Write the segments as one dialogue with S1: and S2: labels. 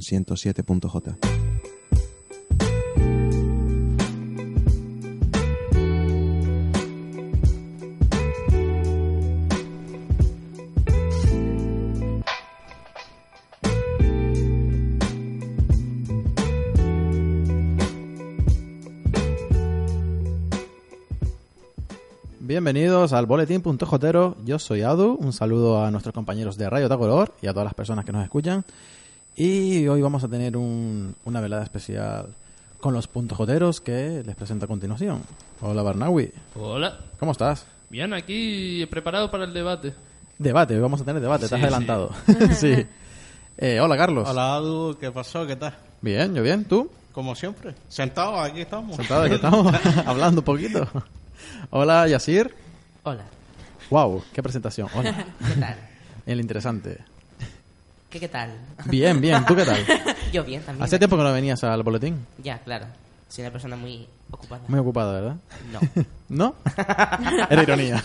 S1: 107.j.
S2: Bienvenidos al boletín.jotero. Yo soy Adu. Un saludo a nuestros compañeros de Radio Tacolor y a todas las personas que nos escuchan. Y hoy vamos a tener un- una velada especial con los puntojoteros que les presento a continuación. Hola Barnawi,
S3: Hola.
S2: ¿cómo estás?
S3: Bien, aquí preparado para el debate.
S2: Debate, hoy vamos a tener debate, te has
S3: Sí,
S2: adelantado. sí. Eh, hola Carlos.
S4: Hola, Adu, ¿qué pasó? ¿Qué tal?
S2: Bien, yo bien, ¿tú?
S4: Como siempre, sentados, aquí estamos.
S2: Sentado, que estamos hablando un poquito. Hola Yasir.
S5: Hola,
S2: Wow, qué presentación. Hola.
S5: ¿qué tal?
S2: El interesante.
S5: ¿Qué, qué tal?
S2: Bien, bien, ¿tú qué tal?
S5: Yo bien también.
S2: Hace tiempo que no venías al boletín.
S5: Ya, claro. Soy una persona muy ocupada.
S2: Muy ocupada, ¿verdad?
S5: No.
S2: ¿No? Era ironía.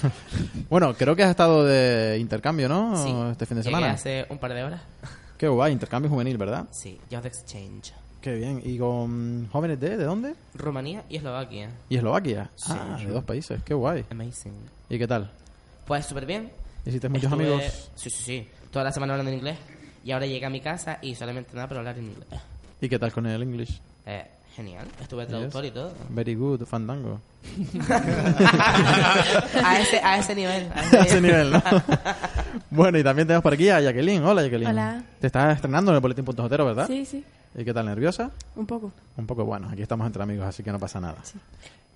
S2: Bueno, creo que has estado de intercambio, ¿no?
S5: Sí.
S2: Este fin de
S5: Llegué
S2: semana.
S5: hace un par de horas.
S2: Qué guay, intercambio juvenil, ¿verdad?
S5: Sí, Youth Exchange.
S2: Qué bien. ¿Y con jóvenes de, de dónde?
S5: Rumanía y Eslovaquia.
S2: Y Eslovaquia. ah, de dos países. Qué guay.
S5: Amazing.
S2: ¿Y qué tal?
S5: Pues súper bien.
S2: ¿Hiciste muchos
S5: Estuve-
S2: amigos?
S5: Sí, sí, sí. Toda la semana hablando en inglés. Y ahora llegué a mi casa y solamente nada para hablar en inglés.
S2: ¿Y qué tal con el English?
S5: Eh, genial. Estuve traductor y todo.
S2: Very good, fandango.
S5: a, ese, a ese nivel. A ese
S2: A ese nivel, ¿no? bueno, y también tenemos por aquí a Jacqueline. Hola, Jacqueline.
S6: Hola.
S2: Te estás estrenando en el Boletín Punto Jotero, ¿verdad?
S6: Sí, sí,
S2: ¿Y qué tal, nerviosa?
S6: un poco.
S2: Un poco bueno, aquí estamos entre amigos, así que no pasa nada.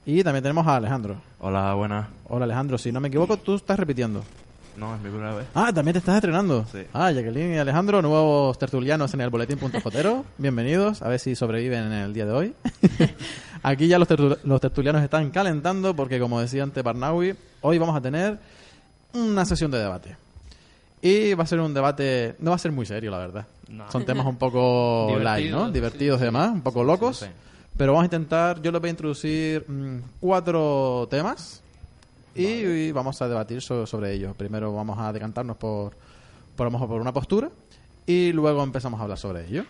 S2: Y también tenemos a Alejandro.
S7: Hola, buenas.
S2: Hola Alejandro, si no me equivoco, tú estás repitiendo.
S7: No, es mi primera vez.
S2: Ah, también te estás estrenando.
S7: Sí.
S2: Ah, Jacqueline y Alejandro, nuevos tertulianos en el boletín.jotero. Bienvenidos, a ver si sobreviven en el día de hoy. Aquí ya los, tertu- los tertulianos están calentando porque, como decía antes Barnawi, hoy vamos a tener una sesión de debate. Y va a ser un debate, no va a ser muy serio, la verdad.
S3: No.
S2: Son temas un poco
S3: Divertidos,
S2: light, ¿no?
S3: sí.
S2: Divertidos y demás, un poco locos.
S7: sí.
S2: Pero vamos a intentar, yo les voy a introducir mm, cuatro temas y, y vamos a debatir so- sobre ellos. Primero vamos a decantarnos por, por, a lo mejor por una postura y luego empezamos a hablar sobre ello.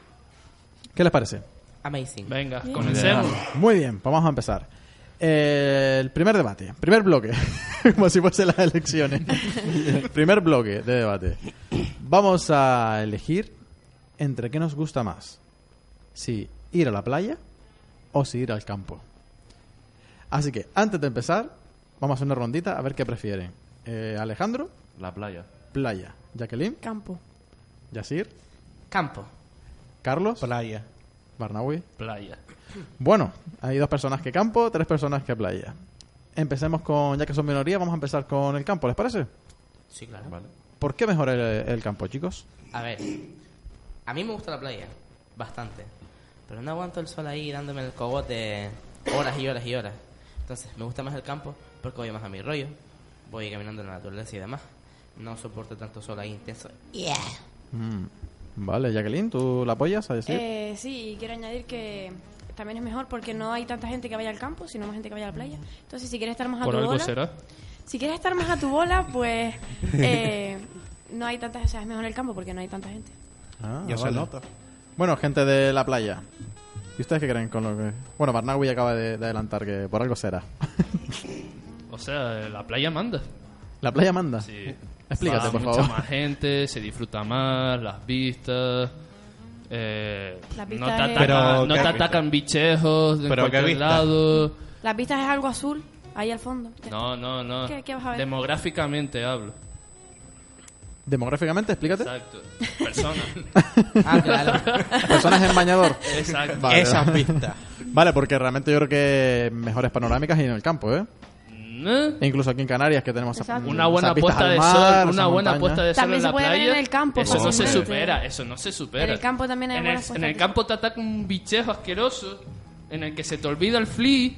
S2: ¿Qué les parece?
S5: nivel. Amazing.
S3: Venga, comencemos.
S2: Muy bien, pues vamos a empezar. Eh, el primer debate, primer bloque, como si fuesen las elecciones. primer bloque de debate. Vamos a elegir entre qué nos gusta más, si ir a la playa o si ir al campo. Así que antes de empezar, vamos a hacer una rondita a ver qué prefieren. Eh, Alejandro,
S7: La playa.
S2: playa. Jacqueline,
S6: Campo.
S2: Yasir,
S5: Campo.
S2: Carlos,
S4: Playa.
S2: Barnawi.
S3: Playa.
S2: Bueno, hay dos personas que campo, tres personas que playa. Empecemos con, ya que son minoría, vamos a empezar con el campo, ¿les parece?
S5: Sí, claro.
S7: Vale.
S2: ¿Por qué mejor el, el campo, chicos?
S5: A ver, a mí me gusta la playa, bastante. Pero no aguanto el sol ahí dándome el cogote horas y horas y horas. Entonces, me gusta más el campo porque voy más a mi rollo, voy caminando en la naturaleza y demás. No soporto tanto sol ahí intenso. Yeah.
S2: Mm, Vale, Jacqueline, ¿tú la apoyas a decir?
S6: Eh, sí, y quiero añadir que también es mejor porque no hay tanta gente que vaya al campo, sino más gente que vaya a la playa. Entonces, si quieres estar más a
S3: Por
S6: tu
S3: algo
S6: bola,
S3: será.
S6: si quieres estar más a tu bola, pues eh, no hay tanta, o sea, es mejor el campo porque no hay tanta gente.
S2: Ah,
S4: ya se
S2: vale.
S4: nota.
S2: Bueno, gente de la playa. ¿Y ustedes qué creen con lo que...? Bueno, Barnawi acaba de, de adelantar que por algo será.
S3: O sea, la playa manda.
S2: ¿La playa manda?
S3: Sí.
S2: Explícate,
S3: Va
S2: por
S3: mucha
S2: favor.
S3: más gente, se disfruta más, las vistas. eh,
S6: Las
S3: no
S6: vistas
S3: te,
S6: es-
S3: ataca-
S4: Pero,
S3: no te
S4: ¿qué-
S3: atacan bichejos de
S4: ¿Pero qué
S3: cualquier
S4: vista?
S3: lado.
S6: Las vistas es algo azul, ahí al fondo.
S3: No, no, no.
S6: ¿Qué- qué vas a ver?
S3: Demográficamente hablo.
S2: Demográficamente, explícate.
S3: Exacto. Personas.
S5: Ah, claro.
S2: Personas en bañador.
S3: Exacto.
S2: Vale,
S4: Esas
S2: vale.
S4: vistas.
S2: Vale, porque realmente yo creo que mejores panorámicas y en el campo, ¿eh?
S3: ¿Eh?
S2: E incluso aquí en Canarias que tenemos
S6: Exacto.
S3: Una buena puesta
S2: puesta
S3: de sol, una buena puesta de sol
S6: También
S3: en
S6: se
S3: la
S6: puede ver
S3: playa.
S6: en el campo,
S3: Eso no se
S6: fácilmente.
S3: supera, eso no se supera.
S6: En el campo también hay
S3: en
S6: buenas
S3: el, en
S6: puestas
S3: el
S6: de
S3: campo te ataca un bichejo asqueroso en el que se te olvida el flea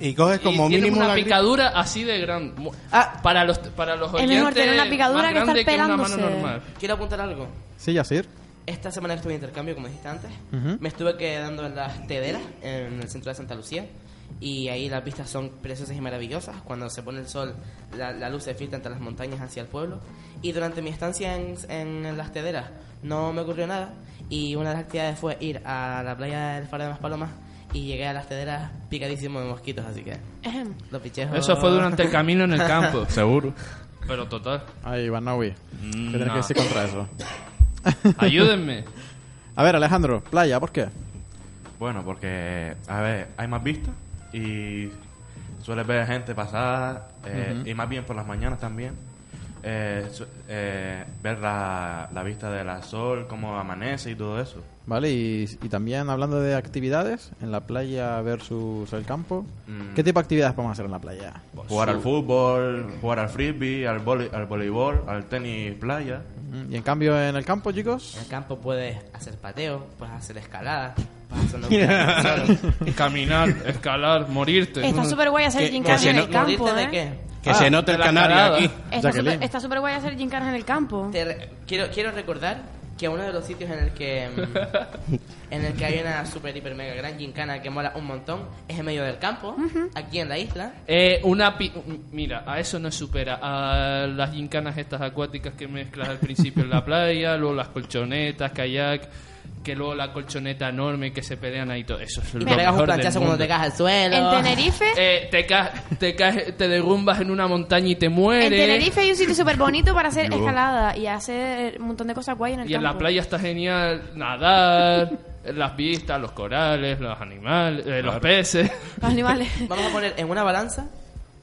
S4: Y coges
S3: y
S4: como
S3: tienes
S4: mínimo
S3: una
S4: la gripe.
S3: picadura así de grande. Mu-
S5: Ah.
S3: para los para los
S6: Es mejor
S3: oyentes,
S6: tener una picadura
S3: más
S6: que estar
S3: grande una mano
S6: pelándose.
S3: normal.
S5: Quiero apuntar algo.
S2: Sí, Yasir.
S5: Esta semana que estuve en intercambio, como dijiste antes,
S2: Ujú.
S5: me estuve quedando en las tederas, en el centro de Santa Lucía, y ahí las vistas son preciosas y maravillosas. Cuando se pone el sol, la, la luz se filtra entre las montañas hacia el pueblo. Y durante mi estancia en, en las tederas no me ocurrió nada, y una de las actividades fue ir a la playa del Faro de Maspalomas, y llegué a las tederas picadísimo de mosquitos, así que
S6: Ejem.
S5: los pichejos...
S3: Eso fue durante el camino en el campo.
S7: Seguro.
S3: Pero total.
S2: Ay, Barnawi. ¿Qué
S3: Mm,
S2: tenés
S3: nah.
S2: que decir contra eso?
S3: Ayúdenme.
S2: A ver, Alejandro, playa, ¿por qué?
S7: Bueno, porque, a ver, hay más vistas y suele ver gente pasada eh, y más bien por las mañanas también. Eh, su- eh, ver la, la vista de la sol, cómo amanece y todo eso.
S2: Vale, y, y también hablando de actividades, en la playa versus el campo,
S7: Mm.
S2: ¿qué tipo de actividades podemos hacer en la playa?
S7: Jugar al fútbol, jugar al frisbee, al, vole- al voleibol, al tenis playa.
S2: Mm, Y en cambio, en el campo, chicos,
S5: En el campo puedes hacer pateo, puedes hacer escalada, puedes hacer una-
S3: Caminar, escalar, morirte.
S6: Está súper guay hacer
S4: Que-
S6: gincana
S4: que
S6: en
S4: no-
S6: el campo,
S5: ¿Morirte
S6: ¿eh?
S5: de qué?
S4: Que
S2: Ah,
S4: se note
S3: de
S4: el
S3: la
S4: canario
S3: calada.
S4: aquí.
S6: Está
S2: Jacqueline.
S6: súper- Está súper guay hacer gincana en el campo.
S5: Te re- quiero, quiero recordar que uno de los sitios en el que mm, en el que hay una super hiper mega gran gincana que mola un montón es en medio del campo, aquí en la isla.
S3: Eh, una pi- Mira, a eso no supera. A las gincanas estas acuáticas que mezclas al principio en la playa, luego las colchonetas, kayak, que luego la colchoneta enorme que se pelean ahí todo. Eso es lo
S5: Te pegas un
S3: mejor del
S5: planchazo cuando
S3: mundo.
S5: te caes al suelo.
S6: En Tenerife,
S3: Eh, te, ca- te, caes- te derrumbas en una montaña y te mueres.
S6: en Tenerife hay un sitio súper bonito para hacer
S7: Yo.
S6: escalada y hacer un montón de cosas guay en el
S3: Y en
S6: campo.
S3: la playa está genial nadar, las vistas, los corales, los animales, eh, los peces.
S6: Los animales.
S5: Vamos a poner en una balanza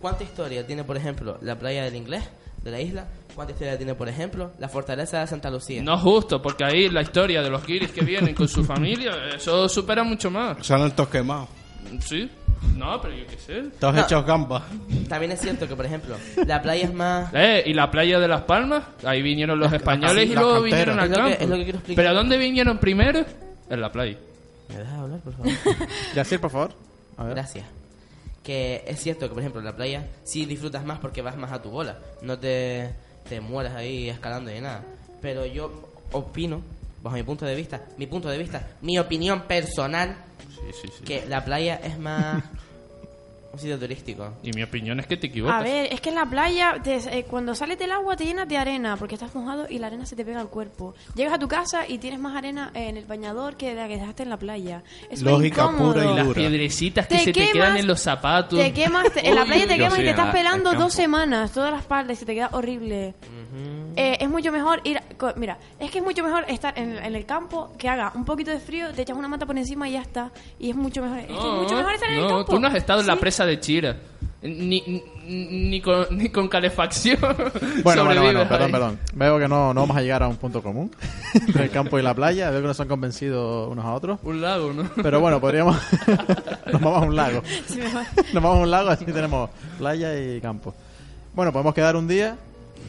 S5: cuánta historia tiene, por ejemplo, la playa del inglés de la isla, cuánta historia tiene, por ejemplo, la fortaleza de Santa Lucía.
S3: No es justo, porque ahí la historia de los guiris que vienen con su familia, eso supera mucho más.
S4: Son estos quemados.
S3: Sí, no, pero yo qué sé.
S4: Todos
S2: Ah.
S5: No.
S4: hechos gambas.
S5: También es cierto que, por ejemplo, la playa es más
S3: Eh, y la playa de Las Palmas, ahí vinieron los españoles y
S4: las
S3: luego
S4: canteras.
S3: vinieron al
S5: Es lo que-
S3: campo.
S5: es lo que quiero explicar.
S3: pero ¿dónde vinieron primero? En la playa.
S5: ¿Me dejas hablar, por favor?
S2: Yacir, por favor. A ver.
S5: Gracias. Que es cierto que, por ejemplo, en la playa sí disfrutas más porque vas más a tu bola. No te, te mueres ahí escalando y nada. Pero yo opino, bajo mi punto de vista, mi punto de vista, mi opinión personal,
S3: Sí, sí, sí.
S5: que la playa es más un sitio turístico.
S3: Y mi opinión es que te equivocas.
S6: A ver, es que en la playa, te- eh, cuando sales del agua te llenas de arena porque estás mojado y la arena se te pega al cuerpo. Llegas a tu casa y tienes más arena en el bañador que la que dejaste en la playa. Es súper
S4: Lógica
S6: incómodo.
S4: pura y
S3: Las
S4: Dura.
S3: piedrecitas que
S6: Te
S3: se te
S6: quemas-
S3: quedan en los zapatos.
S6: Te quemas, te- en la
S3: Uy, ah,
S6: playa te
S7: yo
S6: quemas
S7: sí,
S6: y te
S7: en la-
S6: estás pelando
S7: el campo.
S6: dos semanas, toda la espalda y se te queda horrible. Eh, es mucho mejor ir. co- Mira, es que es mucho mejor estar en, en el campo que haga un poquito de frío, te echas una manta por encima y ya está. Y es mucho mejor. es que es mucho mejor estar en el
S3: no,
S6: campo.
S3: tú no has estado en la
S6: Sí.
S3: presa de Chira. Ni, ni, ni con, ni con calefacción.
S2: Bueno, bueno,
S3: sobrevives
S2: bueno, perdón,
S3: ahí.
S2: perdón. Veo que no, no vamos a llegar a un punto común entre el campo y la playa. Veo que no se han convencido unos a otros.
S3: Un lago, ¿no?
S2: Pero bueno, podríamos. Nos vamos a un lago.
S6: Sí, mejor.
S2: Nos vamos a un lago, así tenemos playa y campo. Bueno, podemos quedar un día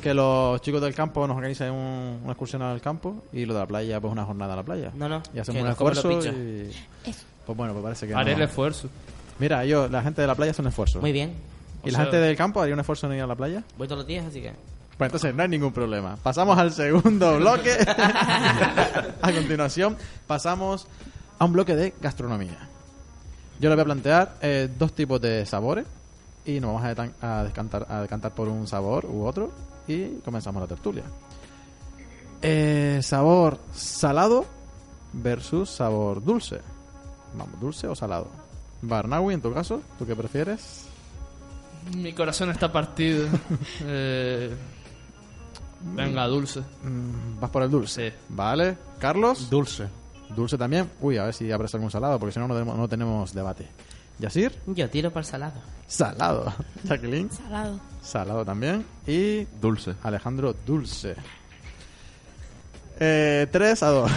S2: que los chicos del campo nos organicen un- una excursión al campo y lo de la playa, pues una jornada a la playa.
S5: No, no,
S2: Y
S5: que
S2: hacemos un
S5: nos comen los
S2: esfuerzo.
S5: bichos.
S2: y- Pues bueno, pues parece que.
S3: Haré
S2: no.
S3: el esfuerzo.
S2: Mira, yo, la gente de la playa hace un esfuerzo.
S5: Muy bien,
S2: ¿Y
S3: O
S2: la
S3: sea-
S2: gente del campo haría un esfuerzo en ir a la playa?
S5: voy todos los días, así que.
S2: Pues entonces no hay ningún problema. Pasamos al segundo bloque. a continuación, pasamos a un bloque de gastronomía. Yo le voy a plantear eh, dos tipos de sabores y nos vamos a, detan- a descantar, a decantar por un sabor u otro y comenzamos la tertulia. Eh, sabor salado versus sabor dulce. Vamos, dulce o salado. Barnawi, en tu caso, ¿tú qué prefieres?
S3: Mi corazón está partido. Eh, venga, dulce.
S2: Mm, ¿Vas por el dulce?
S3: Sí.
S2: Vale. ¿Carlos?
S4: Dulce.
S2: Dulce también. Uy, a ver si abres algún salado, porque si no, no tenemos, no tenemos debate. Yasir,
S5: Yo tiro para el salado.
S2: salado. Jacqueline,
S6: Salado.
S2: salado también. Y
S7: Dulce.
S2: Alejandro, dulce. Eh, 3 a 2.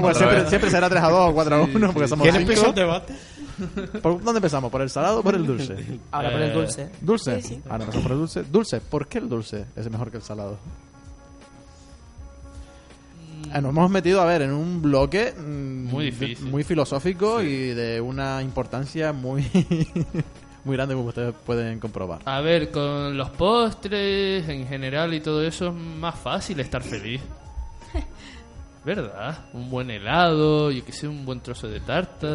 S2: Bueno, siempre,
S7: vez.
S2: siempre será 3 a 2 o 4 a 1 porque somos
S4: ¿Quién empieza el
S2: cinco.
S4: debate?
S2: ¿Por dónde empezamos? ¿Por el salado o por el dulce?
S5: Ahora por
S3: Eh,
S5: el dulce.
S2: ¿Dulce? Ah,
S6: Sí, sí.
S2: Ahora empezamos por el dulce. Dulce, ¿por qué el dulce es mejor que el salado?
S6: Mm.
S2: Ah, Nos hemos metido, a ver, en un bloque mm,
S3: Muy
S2: de-
S3: difícil.
S2: muy filosófico y de una importancia muy, muy grande, como ustedes pueden comprobar.
S3: A ver, con los postres en general y todo eso es más fácil estar feliz. ¿Verdad? Un buen helado, yo qué sé, un buen trozo de tarta.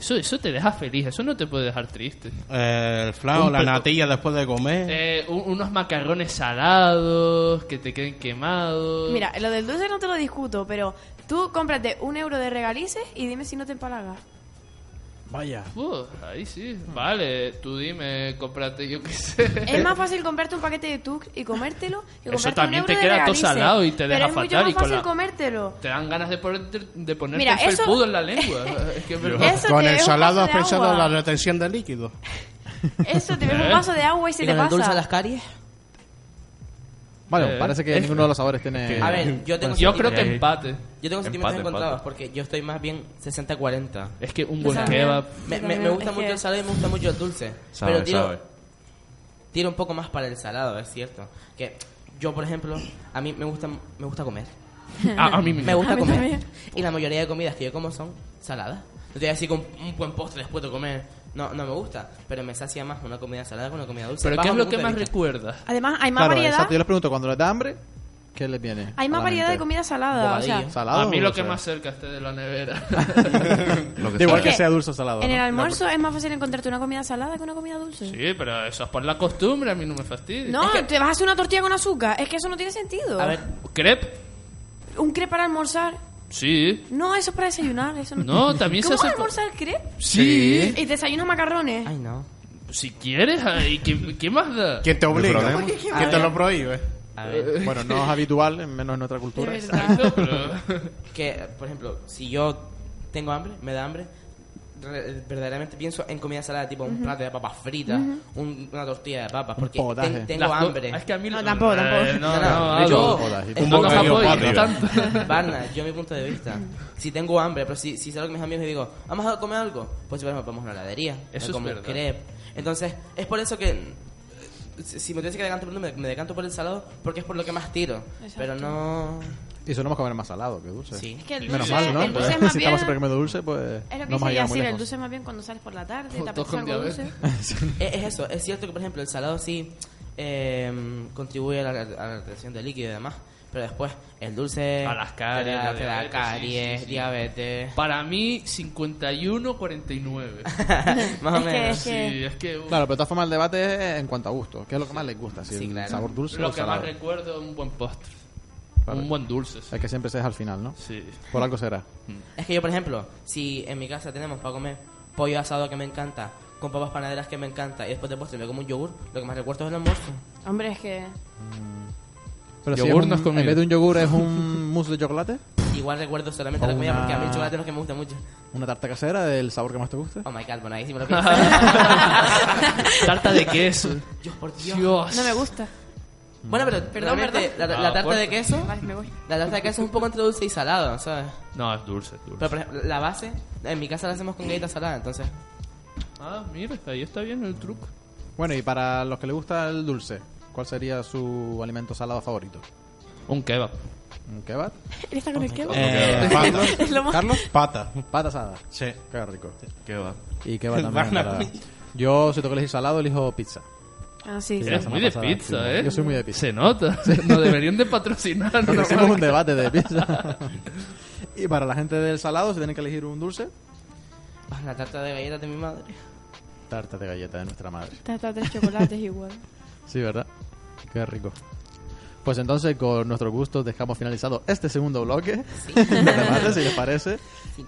S3: Eso, eso te deja feliz, eso no te puede dejar triste.
S4: Eh, el flan, o
S3: Un
S4: la
S3: peto-
S4: natilla después de comer.
S3: Eh, un- unos macarrones salados que te queden quemados.
S6: Mira, lo del dulce no te lo discuto, pero tú cómprate un euro de regalices y dime si no te empalagas.
S2: Vaya.
S3: Buah, ahí sí. Vale, tú dime, cómprate, yo qué sé.
S6: Es más fácil comprarte un paquete de tux y comértelo que
S3: Eso
S6: comprarte un
S3: también
S6: euro
S3: te
S6: de
S3: queda todo
S6: regalices.
S3: salado y te deja
S6: Pero es mucho
S3: fatal y
S6: más
S3: con
S6: fácil
S3: la-
S6: comértelo.
S3: Te dan ganas de ponerte, de ponerte
S6: Mira,
S3: el
S6: eso-
S3: felpudo en la lengua. Es que es verdad.
S6: Eso
S4: Con
S6: te
S4: el
S6: bebes un
S4: salado
S6: vaso
S4: has
S6: de
S4: pensado en
S6: agua.
S4: la retención de líquido.
S6: Eso, te ves un
S3: ¿Eh?
S6: vaso de agua y se
S5: ¿Y
S6: te
S5: con el dulce
S6: pasa.
S5: a las caries?
S2: Bueno,
S3: Eh,
S2: parece que
S3: eh.
S2: ninguno de los sabores tiene.
S5: A ver, yo tengo,
S3: Yo
S5: sentimientos-
S3: creo que
S7: ahí-
S3: empate.
S5: yo tengo sentimientos
S7: Empate,
S5: encontrados
S7: empate.
S5: porque yo estoy más bien 60-40.
S3: Es que un
S6: Yo
S3: buen
S6: también.
S3: kebab.
S5: Me, me- me
S6: también,
S5: gusta
S6: es
S5: mucho
S6: que-
S5: el salado y me gusta mucho el dulce.
S7: Sabe,
S5: pero tiro,
S7: sabe.
S5: tiro un poco más para el salado, es cierto. Que yo, por ejemplo, a mí me gusta, me gusta comer.
S3: A, a mí
S5: Me
S3: me
S5: gusta
S6: A mí
S5: comer.
S6: también.
S5: Y la mayoría de comidas que yo como son saladas. No te voy a decir con un buen postre después de comer. No, no me gusta. Pero me sacia más una comida salada que una comida dulce.
S3: Pero ¿qué
S5: bajo
S3: es
S5: mi
S3: lo
S5: punto
S3: que
S5: de
S3: más
S5: vista.
S3: recuerdas?
S6: Además, hay más
S2: Claro,
S6: variedad.
S2: exacto. Yo les pregunto, cuando les da hambre, ¿qué les viene?
S6: Hay más
S2: a la
S6: variedad de
S2: mente?
S6: comida salada. O sea,
S5: Bocadillo.
S2: ¿Salado?
S3: A mí
S2: o
S3: lo
S2: dulce?
S3: que más cerca esté de la nevera.
S7: Lo que
S2: Da igual
S6: Es
S2: que
S6: que
S2: sea dulce o salado.
S6: en el
S2: ¿no?
S6: almuerzo es más fácil encontrarte una comida salada que una comida dulce.
S3: sí, pero eso es por la costumbre, a mí no me fastidia.
S6: No, te vas a hacer una tortilla con azúcar. Es que eso no tiene sentido.
S5: A ver,
S3: ¿Crepe?
S6: Un crepe para almorzar.
S3: Sí.
S6: No, eso es para desayunar. Eso no,
S3: No, también se
S6: ¿Cómo
S3: hace-
S6: vas a almorzar crepe?
S3: Sí.
S6: Y desayunas macarrones.
S5: ay no.
S3: Si quieres, ay, ¿qué, qué más da?
S4: ¿Quién te obliga?
S7: problema-
S4: ¿Quién te lo prohíbe?
S5: A
S3: Eh,
S5: ver.
S2: Bueno, no es habitual, en menos en nuestra cultura.
S6: De verdad.
S3: Exacto, pero-
S5: Que, por ejemplo, si yo tengo hambre, me da hambre, re- verdaderamente pienso en comida salada, tipo un plato de papas fritas, un- una tortilla de papas, porque ten-
S2: potaje.
S5: tengo
S3: Las co-
S5: hambre.
S3: Es que a mí
S6: No, tampoco, tampoco.
S3: Eh, No,
S5: No,
S3: no,
S5: no,
S3: algo.
S5: de hecho,
S3: No
S5: Un
S3: nos
S7: bocadillo
S3: apoyes
S7: patrio.
S3: tanto.
S5: Barna, yo mi punto de vista. Si tengo hambre, pero si, si salgo con mis amigos y digo, vamos a comer algo, pues por ejemplo, vamos a una heladería, me
S3: Eso es
S5: como un
S3: verdad.
S5: crepe. Entonces, es por eso que eh, si si me tuviese que decantar por uno, me, me decanto por el salado porque es por lo que más tiro. Pero no.
S2: Y solemos comer más salado que dulce.
S5: Sí.
S6: Es que el
S2: Menos
S6: dulce,
S2: mal, ¿no?
S6: el dulce
S2: Porque
S6: es más
S2: si
S6: bien...
S2: estamos siempre comiendo dulce, pues
S6: Es lo que
S2: no hemos
S6: hice
S2: llegado
S6: yo
S2: muy
S6: decir, el
S2: lejos.
S6: dulce es más bien cuando sales por la tarde, te
S3: Juntos
S6: apetece
S3: con
S6: algo dulce.
S3: diabetes.
S5: Es, E-, es eso, es cierto que por ejemplo el salado sí eh, contribuye a la, a la retención de líquido y demás, pero después el dulce.
S3: A las caries,
S5: Te
S3: la
S5: da, te da
S3: diabetes,
S5: caries,
S3: sí, sí, sí.
S5: diabetes.
S3: Para mí, 51-49.
S5: Más o
S6: Es que-
S5: menos.
S6: es
S3: Sí,
S6: que-
S3: es que. uh,
S2: Claro, pero de todas formas el debate es en cuanto a gusto. ¿Qué es lo que más les gusta? Si
S5: Sí,
S2: el
S5: claro.
S2: sabor dulce
S3: Lo
S2: o
S3: que
S2: salado.
S3: más recuerdo es un buen postre.
S2: Vale.
S3: Un buen dulce. sí.
S2: El que siempre se es al final, ¿no?
S3: Sí.
S2: Por algo será.
S5: Es que yo, por ejemplo, si en mi casa tenemos para comer pollo asado que me encanta, con papas panaderas que me encanta, y después de postre me como un yogur, lo que más recuerdo es el almuerzo.
S6: Hombre, es que...
S3: Yogur
S2: Pero si
S3: no
S2: es un-
S3: has comido.
S2: en vez de un yogur es un mousse de chocolate,
S5: Igual recuerdo solamente la
S2: Una-
S5: comida porque a mí el chocolate no es que me gusta mucho.
S2: una tarta casera del sabor que más te guste.
S5: Oh my god, bueno, ahí sí me lo pienso.
S3: Tarta de queso.
S5: Dios, por Dios.
S3: Dios.
S6: No me gusta.
S5: Bueno, pero
S6: Perdón,
S5: realmente,
S6: perdón.
S5: La, la
S3: Ah,
S5: tarta
S3: por-
S5: de queso,
S6: Vale, me voy.
S5: la tarta de queso es un poco entre dulce y salado, ¿sabes?
S3: No, es dulce, es dulce.
S5: Pero por ejemplo, la base, en mi casa la hacemos con galleta salada, entonces.
S3: Ah, mira, ahí está bien el truco.
S2: Bueno, y para los que les gusta el dulce, ¿cuál sería su alimento salado favorito?
S3: Un kebab.
S2: ¿Un kebab?
S6: Él está con el kebab.
S4: Eh, pata.
S6: Es lo más...
S2: ¿Carlos?
S4: Pata.
S2: Pata asada.
S4: Sí.
S2: Qué rico.
S7: ¿Qué va?
S2: Y kebab también.
S4: Van a
S2: para-
S4: comer.
S2: Yo, si tengo que elegir salado, elijo pizza.
S6: Ah, sí.
S2: Sí. la
S6: sí.
S3: Eres
S2: semana
S3: muy de
S2: pasada,
S3: pizza,
S2: sí.
S3: ¿eh?
S2: Yo soy muy de pizza.
S3: Se nota. Nos deberían de patrocinar.
S2: Porque
S3: ¿no?
S2: Hicimos un debate de pizza. y para la gente del salado, si tienen que elegir un dulce,
S5: Ah, La tarta de galletas de mi madre.
S2: tarta de galleta de nuestra madre.
S6: Tarta tres chocolates igual.
S2: Sí, ¿verdad? Qué rico. Pues entonces, con nuestro gusto, dejamos finalizado este segundo bloque de debate, si les parece.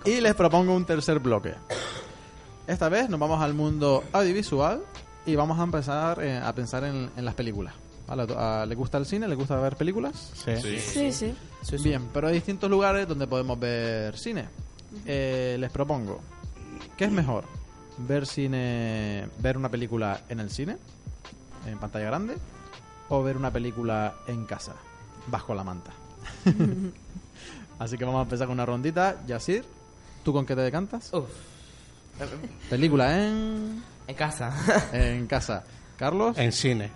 S2: Y les propongo un tercer bloque. Esta vez nos vamos al mundo audiovisual y vamos a empezar eh, a pensar en, en las películas. ¿Vale? ¿A- ¿Le gusta el cine? ¿Le gusta ver películas?
S4: Sí.
S6: Sí, sí.
S2: Bien, pero hay distintos lugares donde podemos ver cine. Eh, les propongo, ¿qué es mejor? ¿Ver cine, ver una película en el cine, en pantalla grande, o ver una película en casa, bajo la manta? Así que vamos a empezar con una rondita. Yasir, ¿tú con qué te decantas?
S5: Uf,
S2: Película en,
S5: en casa.
S2: en casa. Carlos, en,
S4: En cine.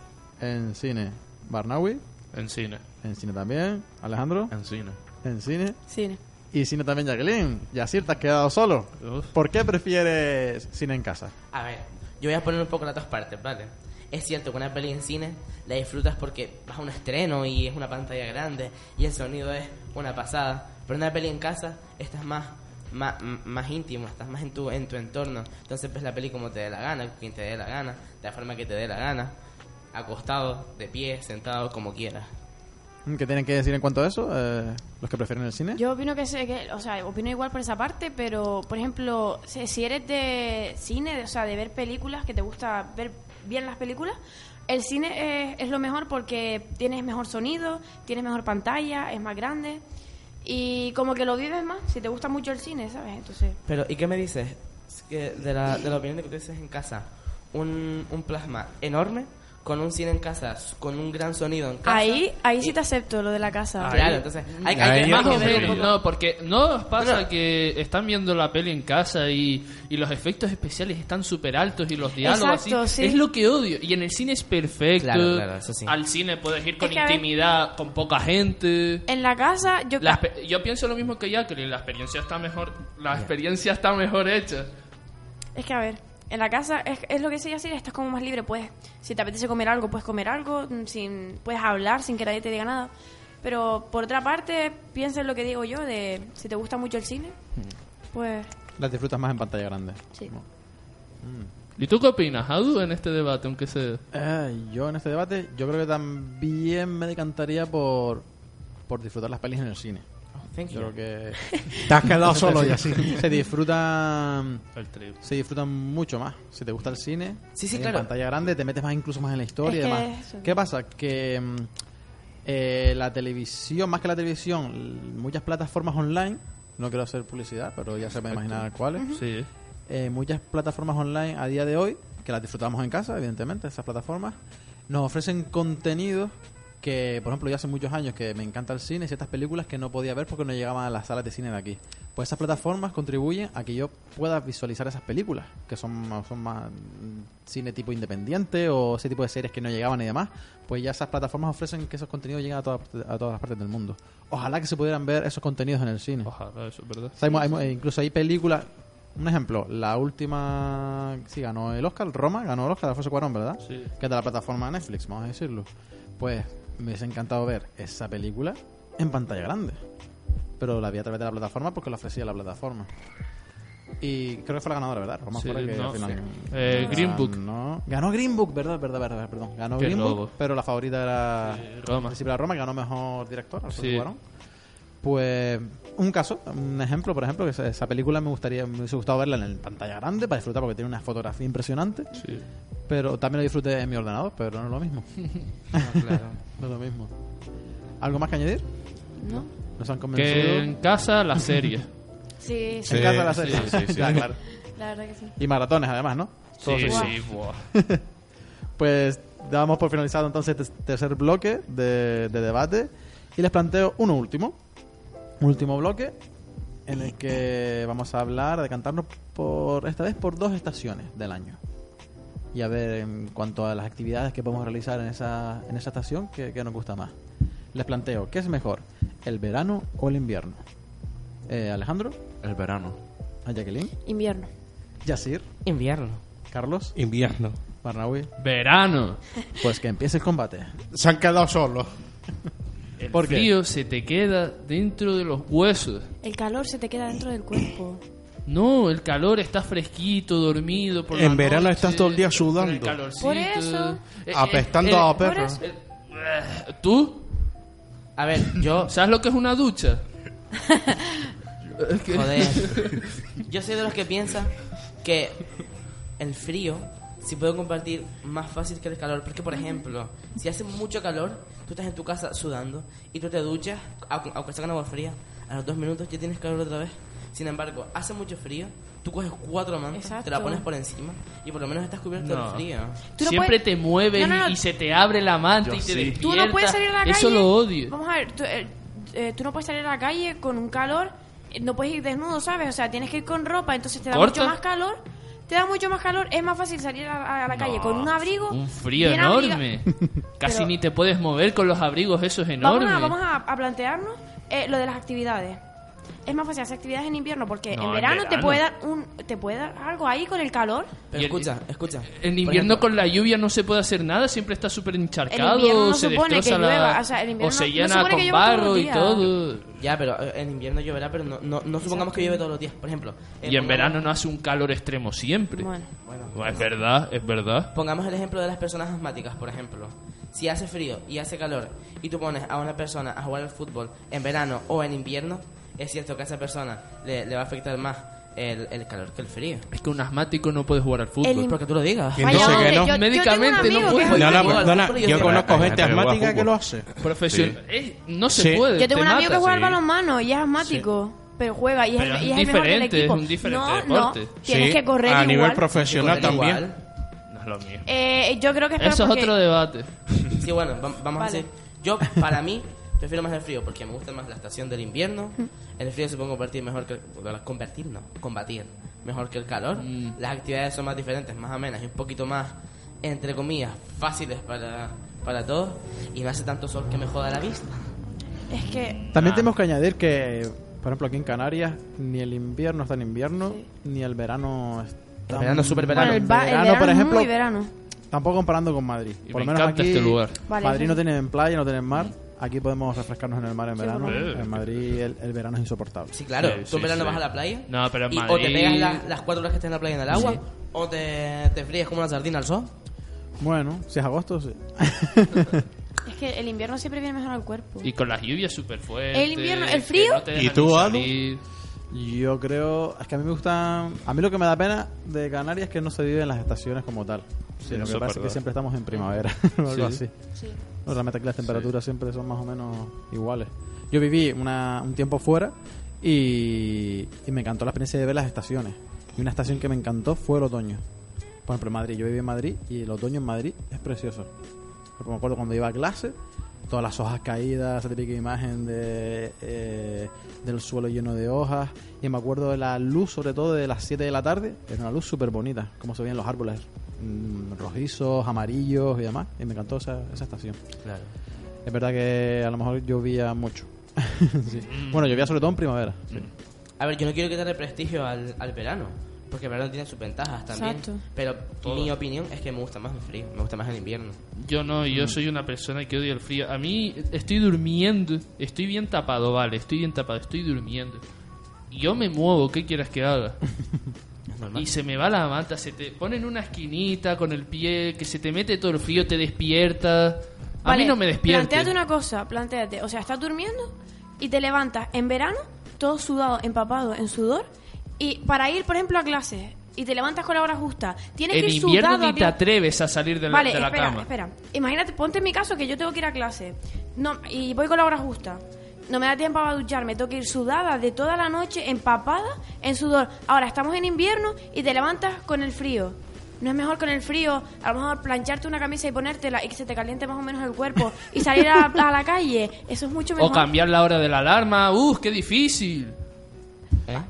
S2: cine. Barnawi,
S3: En cine.
S2: en cine también. Alejandro,
S7: En cine.
S2: en cine.
S6: Cine.
S2: Y cine también, Jacqueline. Yacir, te has quedado solo.
S3: Uf.
S2: ¿Por qué prefieres cine en casa?
S5: A ver, yo voy a poner un poco las dos partes, ¿vale? Es cierto que una peli en cine la disfrutas porque vas a un estreno y es una pantalla grande y el sonido es una pasada. Pero una peli en casa, estás más, más, más íntimo, estás más en tu, en tu entorno. Entonces ves la peli como te dé la gana, con quien te dé la gana, de la forma que te dé la gana, acostado, de pie, sentado, como quieras.
S2: ¿Qué tienen que decir en cuanto a eso? Eh, ¿Los que prefieren el cine?
S6: Yo opino que, se- que- o sea, opino igual por esa parte, pero, por ejemplo, si si eres de cine, de- o sea, de ver películas, que te gusta ver bien las películas, el cine es, es lo mejor porque tienes mejor sonido, tienes mejor pantalla, es más grande y como que lo vives más si te gusta mucho el cine, ¿sabes? Entonces,
S5: Pero, ¿y qué me dices Es que de, la, de la opinión de que tú dices en casa? Un, un plasma enorme con un cine en casa, s- con un gran sonido en casa.
S6: ahí, ahí sí
S5: y-
S6: te acepto lo de la casa.
S5: Claro, entonces hay, hay
S4: Ahí
S5: que
S3: Más
S5: hay
S3: o
S5: que ver un
S3: menos,
S5: poco.
S3: no, porque no os pasa
S5: No.
S3: que están viendo la peli en casa y, y los efectos especiales están súper altos y los diálogos
S6: Exacto,
S3: así.
S6: sí.
S3: Es lo que odio. Y en el cine es perfecto.
S5: Claro, claro, eso sí.
S3: Al cine puedes ir con
S6: que a ver- Eh,
S3: intimidad, con poca gente.
S6: En la casa yo
S3: La espe- yo pienso lo mismo que Jacqueline, la experiencia está mejor, la experiencia está mejor hecha.
S6: Es que a ver, en la casa es, es lo que se hace, estás como más libre, puedes, si te apetece comer algo, puedes comer algo, mm, sin, puedes hablar sin que nadie te diga nada. Pero por otra parte, piensa en lo que digo yo, de si te gusta mucho el cine, pues
S2: Las disfrutas más en pantalla grande.
S6: sí.
S3: ¿Y tú qué opinas, Adu, en este debate, aunque sea?
S2: Eh, yo en este debate, yo creo que también me decantaría por, por disfrutar las pelis en el cine.
S5: Thank you.
S2: Yo creo que
S4: Te has quedado solo y así.
S2: se disfrutan
S3: El trip.
S2: se disfrutan mucho más. Si te gusta el cine,
S5: Sí, sí,
S2: en
S5: claro.
S2: pantalla grande te metes más incluso más en la historia
S6: Es
S2: y
S6: que
S2: demás.
S6: eso.
S2: ¿Qué pasa? Que mm, eh, la televisión, más que la televisión, l- muchas plataformas online, no quiero hacer publicidad, pero ya se me imaginar cuáles.
S3: Sí.
S2: Eh, muchas plataformas online a día de hoy, que las disfrutamos en casa, evidentemente, esas plataformas, nos ofrecen contenidos que, por ejemplo, yo hace muchos años que me encanta el cine, ciertas películas que no podía ver porque no llegaban a las salas de cine de aquí. Pues esas plataformas contribuyen a que yo pueda visualizar esas películas, que son, más- son más mm, cine tipo independiente o ese tipo de series que no llegaban y demás. Pues ya esas plataformas ofrecen que esos contenidos lleguen a, toda- a todas las partes del mundo. Ojalá que se pudieran ver esos contenidos en el cine.
S3: Ojalá, eso es verdad.
S2: O sea, hay mu- hay mu- eh, incluso hay películas. Un ejemplo, la última. Sí, ganó el Oscar, Roma, ganó el Oscar de Alfonso Cuarón, ¿verdad?
S3: Sí.
S2: Que es de la plataforma Netflix, vamos a decirlo. Pues me hubiese encantado ver esa película en pantalla grande. Pero la vi a través de la plataforma porque la ofrecía la plataforma. Y creo que fue la ganadora, ¿verdad? Roma
S3: Sí,
S2: fue la que
S3: no,
S2: al final-
S3: sí. Eh, Green Book.
S2: Ganó- Ganó Green Book, ¿verdad? ¿Verdad? ¿Verdad? Perdón. Ganó
S3: Qué
S2: Green
S3: lobo.
S2: Book, pero la favorita era.
S5: Ah,
S3: Sí, Roma.
S2: Príncipe de Roma, que ganó mejor director, Alfonso
S3: Sí.
S2: Cuarón. Pues un caso, un ejemplo, por ejemplo, que esa, esa película me gustaría, me hubiese gustado verla en el pantalla grande para disfrutar porque tiene una fotografía impresionante,
S3: Sí.
S2: pero también la disfruté en mi ordenador, pero no es lo mismo.
S5: No, claro.
S2: No es lo mismo. ¿Algo más que añadir?
S6: ¿No?
S2: ¿Nos han convencido?
S3: Que en casa, la serie.
S6: Sí,
S2: En
S6: sí,
S2: casa la serie. Ya, claro.
S6: la verdad que sí.
S2: Y maratones además, ¿no? Todo
S3: sí,
S2: seguido.
S3: sí, buah.
S2: Pues damos por finalizado entonces este tercer bloque de, de debate y les planteo uno último, un último bloque en el que vamos a hablar, a decantarnos por esta vez por dos estaciones del año y a ver en cuanto a las actividades que podemos realizar en esa, en esa estación que, nos gusta más. Les planteo, ¿qué es mejor, el verano o el invierno? Eh, Alejandro,
S7: El verano.
S2: a Jacqueline,
S6: Invierno.
S2: Yacir,
S5: Invierno.
S2: Carlos,
S4: Invierno.
S2: Barnawi,
S3: Verano.
S2: pues que empiece el combate.
S4: Se han quedado solos.
S6: Eh,
S3: El
S2: ¿Por qué?
S3: frío se te queda dentro de los huesos.
S6: El calor se te queda dentro del cuerpo.
S3: No, el calor está fresquito, dormido. Por
S4: En
S3: la
S4: verano
S3: noche,
S4: estás todo el día
S3: con
S4: sudando.
S3: el calorcito.
S6: Por eso.
S3: Eh, eh,
S4: Apestando
S3: eh,
S4: a
S6: por
S4: perro.
S6: eso-
S3: eh, ¿Tú?
S5: A ver, yo,
S3: ¿Sabes lo que es una ducha?
S5: joder. Yo soy de los que piensa que el frío se puede compartir más fácil que el calor. Porque, por ejemplo, si hace mucho calor, tú estás en tu casa sudando y tú te duchas, au- aunque sea con agua fría, a los dos minutos ya tienes calor otra vez. Sin embargo, hace mucho frío, tú coges cuatro mantas, te la
S6: Exacto.
S5: pones por encima y por lo menos estás cubierto
S3: No.
S5: del frío.
S6: Tú no
S3: Siempre
S6: puedes-
S3: te mueves
S6: No, no, no.
S3: y se te abre la manta
S7: Yo
S3: y te
S7: sí.
S3: despiertas.
S6: Tú no puedes salir a la calle.
S3: Eso lo odio.
S6: Vamos a ver, tú, eh, eh, tú no puedes salir a la calle con un calor, eh, no puedes ir desnudo, ¿sabes? O sea, tienes que ir con ropa, entonces te da
S3: Corta.
S6: mucho más calor. Te da mucho más calor, es más fácil salir a, a- a la calle con un abrigo.
S3: Un frío
S6: bien abriga-
S3: enorme. Casi
S6: Pero-
S3: ni te puedes mover con los abrigos esos
S6: Vamos
S3: enormes.
S6: a, vamos a, a plantearnos eh, lo de las actividades. es más fácil hacer actividades en invierno porque
S7: No,
S6: en
S7: en
S6: verano, te
S7: verano.
S6: puede dar un te puede dar algo ahí con el calor.
S5: Pero
S3: Y el-
S5: escucha, escucha.
S3: En
S5: Por
S3: invierno
S5: ejemplo,
S3: con la lluvia no se puede hacer nada, siempre está súper encharcado,
S6: El invierno no
S3: se
S6: supone que
S3: destroza la-
S6: llueva, o sea, el invierno
S3: o se
S6: no- no
S3: llena
S6: supone que
S3: con
S6: llueva todos los
S3: barro y
S6: días.
S3: todo.
S5: Ya, pero eh, en invierno lloverá, pero no, no, no supongamos que llueve todos los días. Por ejemplo. eh,
S3: Y en
S5: pongamos-
S3: verano no hace un calor extremo siempre.
S6: Bueno.
S3: Bueno, es verdad, es verdad.
S5: Pongamos el ejemplo de las personas asmáticas, por ejemplo. Si hace frío y hace calor y tú pones a una persona a jugar al fútbol en verano o en invierno, es cierto que a esa persona le, le va a afectar más el, el calor que el frío.
S3: Es que un asmático no puede jugar al fútbol.
S6: El in-
S5: Porque tú lo digas.
S4: ¿Quién dice
S6: hombre, yo-
S4: que no?
S6: yo tengo un
S3: Médicamente no
S6: amigo que es
S3: puede.
S4: No, no,
S6: asmático.
S4: perdona, yo conozco
S7: Hay
S4: gente
S7: gente que juega
S4: asmática que
S7: fútbol.
S4: lo hace.
S3: Profesional. Eh, no se
S4: pues. Sí.
S3: puede.
S6: Yo tengo
S3: te
S6: un amigo que
S3: mata.
S6: juega al
S7: sí.
S6: balonmano y es asmático, pero juega y es,
S3: Pero es
S6: y es el mejor del
S3: diferente, es
S6: equipo.
S3: un diferente
S6: no,
S3: deporte.
S6: no, tienes
S4: Sí,
S6: que correr
S4: A
S6: igual.
S4: nivel profesional
S5: Correr
S4: también.
S5: igual.
S3: No es lo mío.
S6: Eh, yo creo que es peor
S3: Eso es
S6: porque-
S3: otro debate.
S5: Sí, bueno, vam- vamos
S6: Vale.
S5: a decir. Yo, para mí, prefiero más el frío porque me gusta más la estación del invierno. El frío se puede convertir mejor que. el- Convertir, no. Combatir mejor que el calor.
S3: Mm.
S5: Las actividades son más diferentes, más amenas y un poquito más, entre comillas, fáciles para, para todos. Y no hace tanto sol que me joda la vista.
S6: es que
S2: También tenemos que añadir que, por ejemplo, aquí en Canarias, ni el invierno está en invierno,
S6: Sí.
S2: ni el verano está.
S5: El verano es súper verano.
S6: bueno, el, ba- el
S2: Verano,
S6: verano
S2: por
S6: es
S2: ejemplo,
S6: muy verano.
S2: Tampoco comparando con Madrid.
S3: Y
S2: por
S3: me
S2: lo menos
S3: encanta
S2: aquí,
S3: este lugar.
S6: Vale,
S2: Madrid
S6: sí.
S2: no tiene playa, no tiene mar. Aquí podemos refrescarnos en el mar en
S6: Sí,
S2: verano.
S6: por lo
S3: menos.
S2: En Madrid el, el verano es insoportable.
S5: Sí, claro.
S3: Sí,
S5: tú en
S3: sí,
S5: verano
S3: sí.
S5: vas a la playa.
S3: No, pero en
S5: y O te
S3: Madrid-
S5: pegas las, las cuatro horas que estás en la playa en el agua. O te, te frías como una sardina al sol.
S2: Bueno, si es agosto, sí.
S6: Es que el invierno siempre viene mejor al cuerpo.
S3: Y con las lluvias súper fuertes.
S6: El invierno- el frío.
S3: que no te dejan
S4: ¿Y tú,
S3: ni
S4: Adu?
S3: salir.
S2: Yo creo, es que a mí me gustan, a mí lo que me da pena de Canarias es que no se viven las estaciones como tal. lo que
S7: eso es
S2: pasa es que
S7: verdad.
S2: siempre estamos en primavera o algo así.
S6: Sí.
S2: No, realmente aquí las temperaturas siempre son más o menos iguales. Yo viví una- un tiempo fuera y, y me encantó la experiencia de ver las estaciones. Y una estación que me encantó fue el otoño. Por ejemplo, en Madrid. Yo viví en Madrid y el otoño en Madrid es precioso. Porque me acuerdo cuando iba a clase, todas las hojas caídas, esa típica imagen de, eh, del suelo lleno de hojas. Y me acuerdo de la luz, sobre todo de las 7 de la tarde, era una luz súper bonita, como se veían los árboles mm, rojizos, amarillos y demás. Y me encantó esa, esa estación.
S5: Claro.
S2: Es verdad que a lo mejor llovía mucho. Sí. Bueno, llovía sobre todo en primavera. sí.
S5: A ver, yo no quiero quitarle prestigio al, al verano, porque el verano tiene sus ventajas también.
S6: Exacto.
S5: Pero
S3: Todo.
S5: mi opinión es que me gusta más el frío, me gusta más el invierno.
S3: Yo no, yo soy una persona que odia el frío. A mí estoy durmiendo, estoy bien tapado, vale, estoy bien tapado, estoy durmiendo. Yo me muevo, ¿qué quieras que haga? Y se me va la manta, se te pone en una esquinita con el pie, que se te mete todo el frío, te despierta. A
S6: Vale,
S3: mí no me despierta.
S6: Plantéate una cosa, plantéate. O sea, estás durmiendo y te levantas en verano, todo sudado, empapado en sudor, y para ir, por ejemplo, a clases, y te levantas con la hora justa, tienes
S3: En
S6: que ir
S3: invierno
S6: sudado a
S3: ni te
S6: clase.
S3: atreves a salir de la,
S6: Vale,
S3: de la
S6: espera,
S3: cama.
S6: espera. Imagínate, ponte en mi caso que yo tengo que ir a clase no, y voy con la hora justa. No me da tiempo para ducharme, tengo que ir sudada de toda la noche, empapada en sudor. Ahora estamos en invierno y te levantas con el frío. No es mejor con el frío, a lo mejor plancharte una camisa y ponértela y que se te caliente más o menos el cuerpo y salir a, a la calle. Eso es mucho mejor.
S3: O cambiar la hora de la alarma, ¡Uf, qué difícil.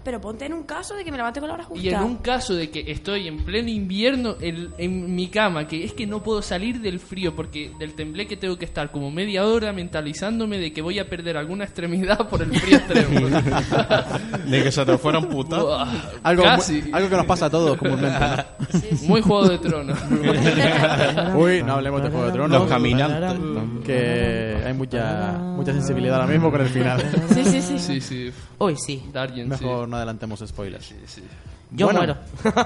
S6: Pero ponte en un caso de que me levante con la hora justa.
S3: Y en un caso de que estoy en pleno invierno en, en mi cama, que es que no puedo salir del frío, porque del tembleque tengo que estar como media hora mentalizándome de que voy a perder alguna extremidad por el frío extremo.
S4: De que se te fueran putas.
S3: Buah,
S2: Algo,
S3: casi.
S2: algo que nos pasa a todos comúnmente.
S3: Muy juego de trono.
S2: ¿no? Uy, no hablemos de Juego de Tronos.
S4: Los caminantes.
S2: Que hay mucha, mucha sensibilidad ahora mismo con el final.
S6: Sí, sí, sí.
S3: Sí, sí.
S5: Hoy sí.
S3: Darien, sí.
S2: Mejor no adelantemos spoilers.
S5: Yo
S2: Bueno.
S5: muero.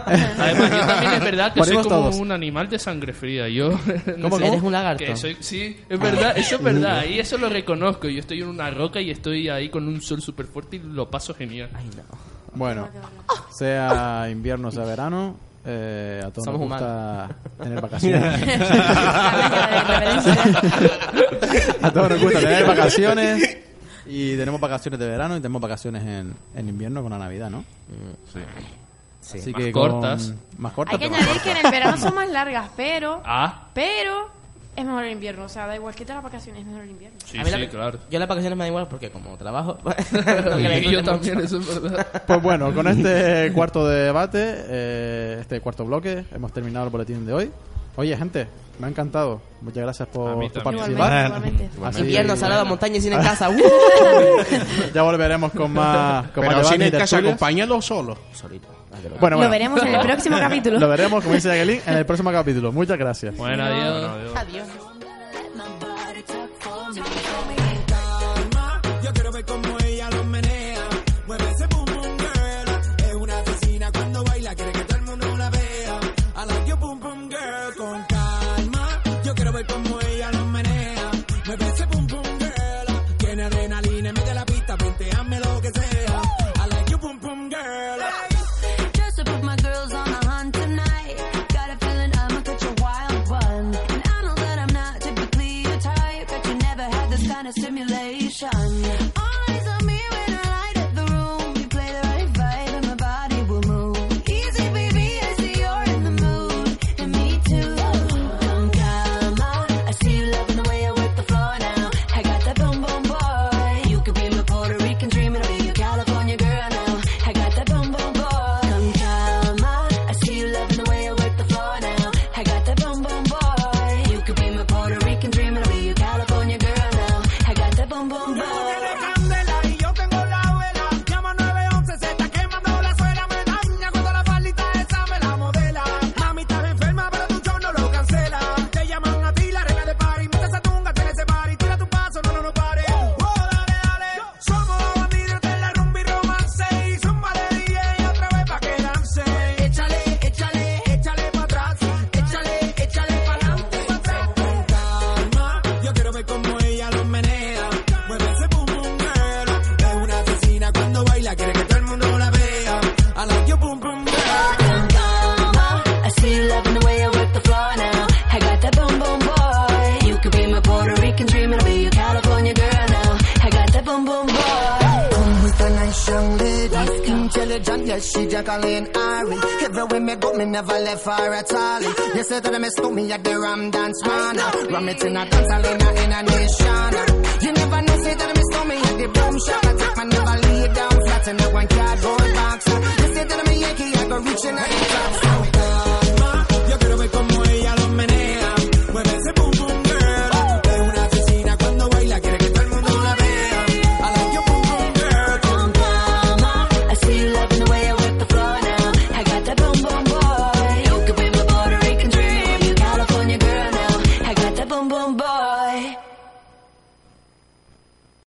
S3: Además, yo también es verdad que soy
S2: Morimos
S3: como
S2: todos.
S3: un animal de sangre fría. Yo
S2: ¿Cómo,
S5: Eres un lagarto.
S3: Que soy- sí, es verdad, eso es verdad, y eso lo reconozco. Yo estoy en una roca y estoy ahí con un sol súper fuerte y lo paso genial.
S5: Ay, no.
S2: Bueno, sea invierno, sea verano, eh, a todos
S5: Somos
S2: nos gusta tener vacaciones. a todos nos gusta tener vacaciones. Y tenemos vacaciones de verano y tenemos vacaciones en, en invierno con la Navidad, ¿no?
S7: Sí.
S5: Sí.
S2: Así
S3: Más
S2: con-
S3: cortas.
S2: Más
S6: Hay
S2: cortas.
S6: que
S2: pero más
S6: añadir que en el verano son más largas, pero.
S3: Ah,
S6: Pero es mejor el invierno. O sea, da igual que todas las vacaciones, es mejor el invierno.
S3: sí,
S5: A mí la-
S3: sí, claro.
S5: Yo las vacaciones me da igual porque como trabajo...
S3: Y yo también, eso es verdad.
S2: Pues bueno, con este cuarto debate, eh, este cuarto bloque, hemos terminado el boletín de hoy. Oye, gente, me ha encantado. Muchas gracias
S3: A mí también.
S2: por, por participar.
S6: igualmente.
S2: Así-
S5: Invierno, salado, montaña y cine en casa. ¡Uh!
S2: Ya volveremos con más. Con
S4: Pero
S2: más
S4: si
S2: debates y
S4: necesitas,
S2: tertulias.
S4: acompáñalo solo.
S5: Solito.
S2: Bueno,
S6: Lo
S2: bueno,
S6: veremos en el próximo capítulo.
S2: lo veremos, como dice Jacqueline, en el próximo capítulo. Muchas gracias.
S3: Bueno, adiós.
S5: Adiós.
S1: Yo quiero ver cómo ella lo menea. Mueve ese boom boom girl. Es una asesina cuando baila, quiere que todo el mundo la vea. A la yo boom boom girl con calma. Yo quiero ver cómo ella lo menea. Mueve ese boom boom girl. Tiene adrenalina, mete la pista, ponteame lo que sea. A la yo boom boom girl.
S8: Just to put my girls on a hunt tonight. Got a feeling I'ma catch a wild one. And I know that I'm not typically your type, but you never had this kind of stimulation. All eyes on me when I light up the room. You play the right vibe and my body will move. Easy, baby, I see you're in the mood. And me too. Come come on. I see you loving the way I work the floor now. I got that boom boom boy. You could be my Puerto Rican dream and I'll be your California girl now. I got that boom boom boy. Come come on. I see you loving the way I work the floor now. I got that boom boom boy. You could be my Puerto Rican dream and I'll be your California girl now. I got that boom boom boy.
S1: Tiene candela y yo tengo la vela. Llama 911, se está quemando la suela. Me daña cuando la palita esa me la modela. Mami, estás enferma, pero tu show no lo cancela. Te llaman a ti, la regla de party. Mete esa tunga, tiene ese party. Tira tu paso, no, no, no pares. Oh, dale, dale. Somos los bandidos de la rumba y romance. Y zumba de DJ otra vez pa' que dance. Échale, échale, échale pa' atrás. Échale, échale pa' adelante, pa' atrás. Con calma, yo quiero ver cómo ella lo menea. Mueve ese pum pum girl. Es una asesina cuando baila, quiere que todo el mundo la vea. A la yo pum pum girl.
S8: I see you loving the way I work the floor now. I got that boom boom boy. You could be my Puerto Rican dream and I'll be your California girl now. I got that boom boom boy.
S1: Come with a nice young lady, intelligent, yes, she Jacqueline Ari. Everywhere me go, me never left her at all. You say that I miss me at the Ram Dance Man. Ram it in a dance hall in a, in a nation. You never know, say that I miss me at the boom shop. I take my never lay down flat in a one cardboard box. You say that I'm a Yankee, I go reaching out the top. So Oh,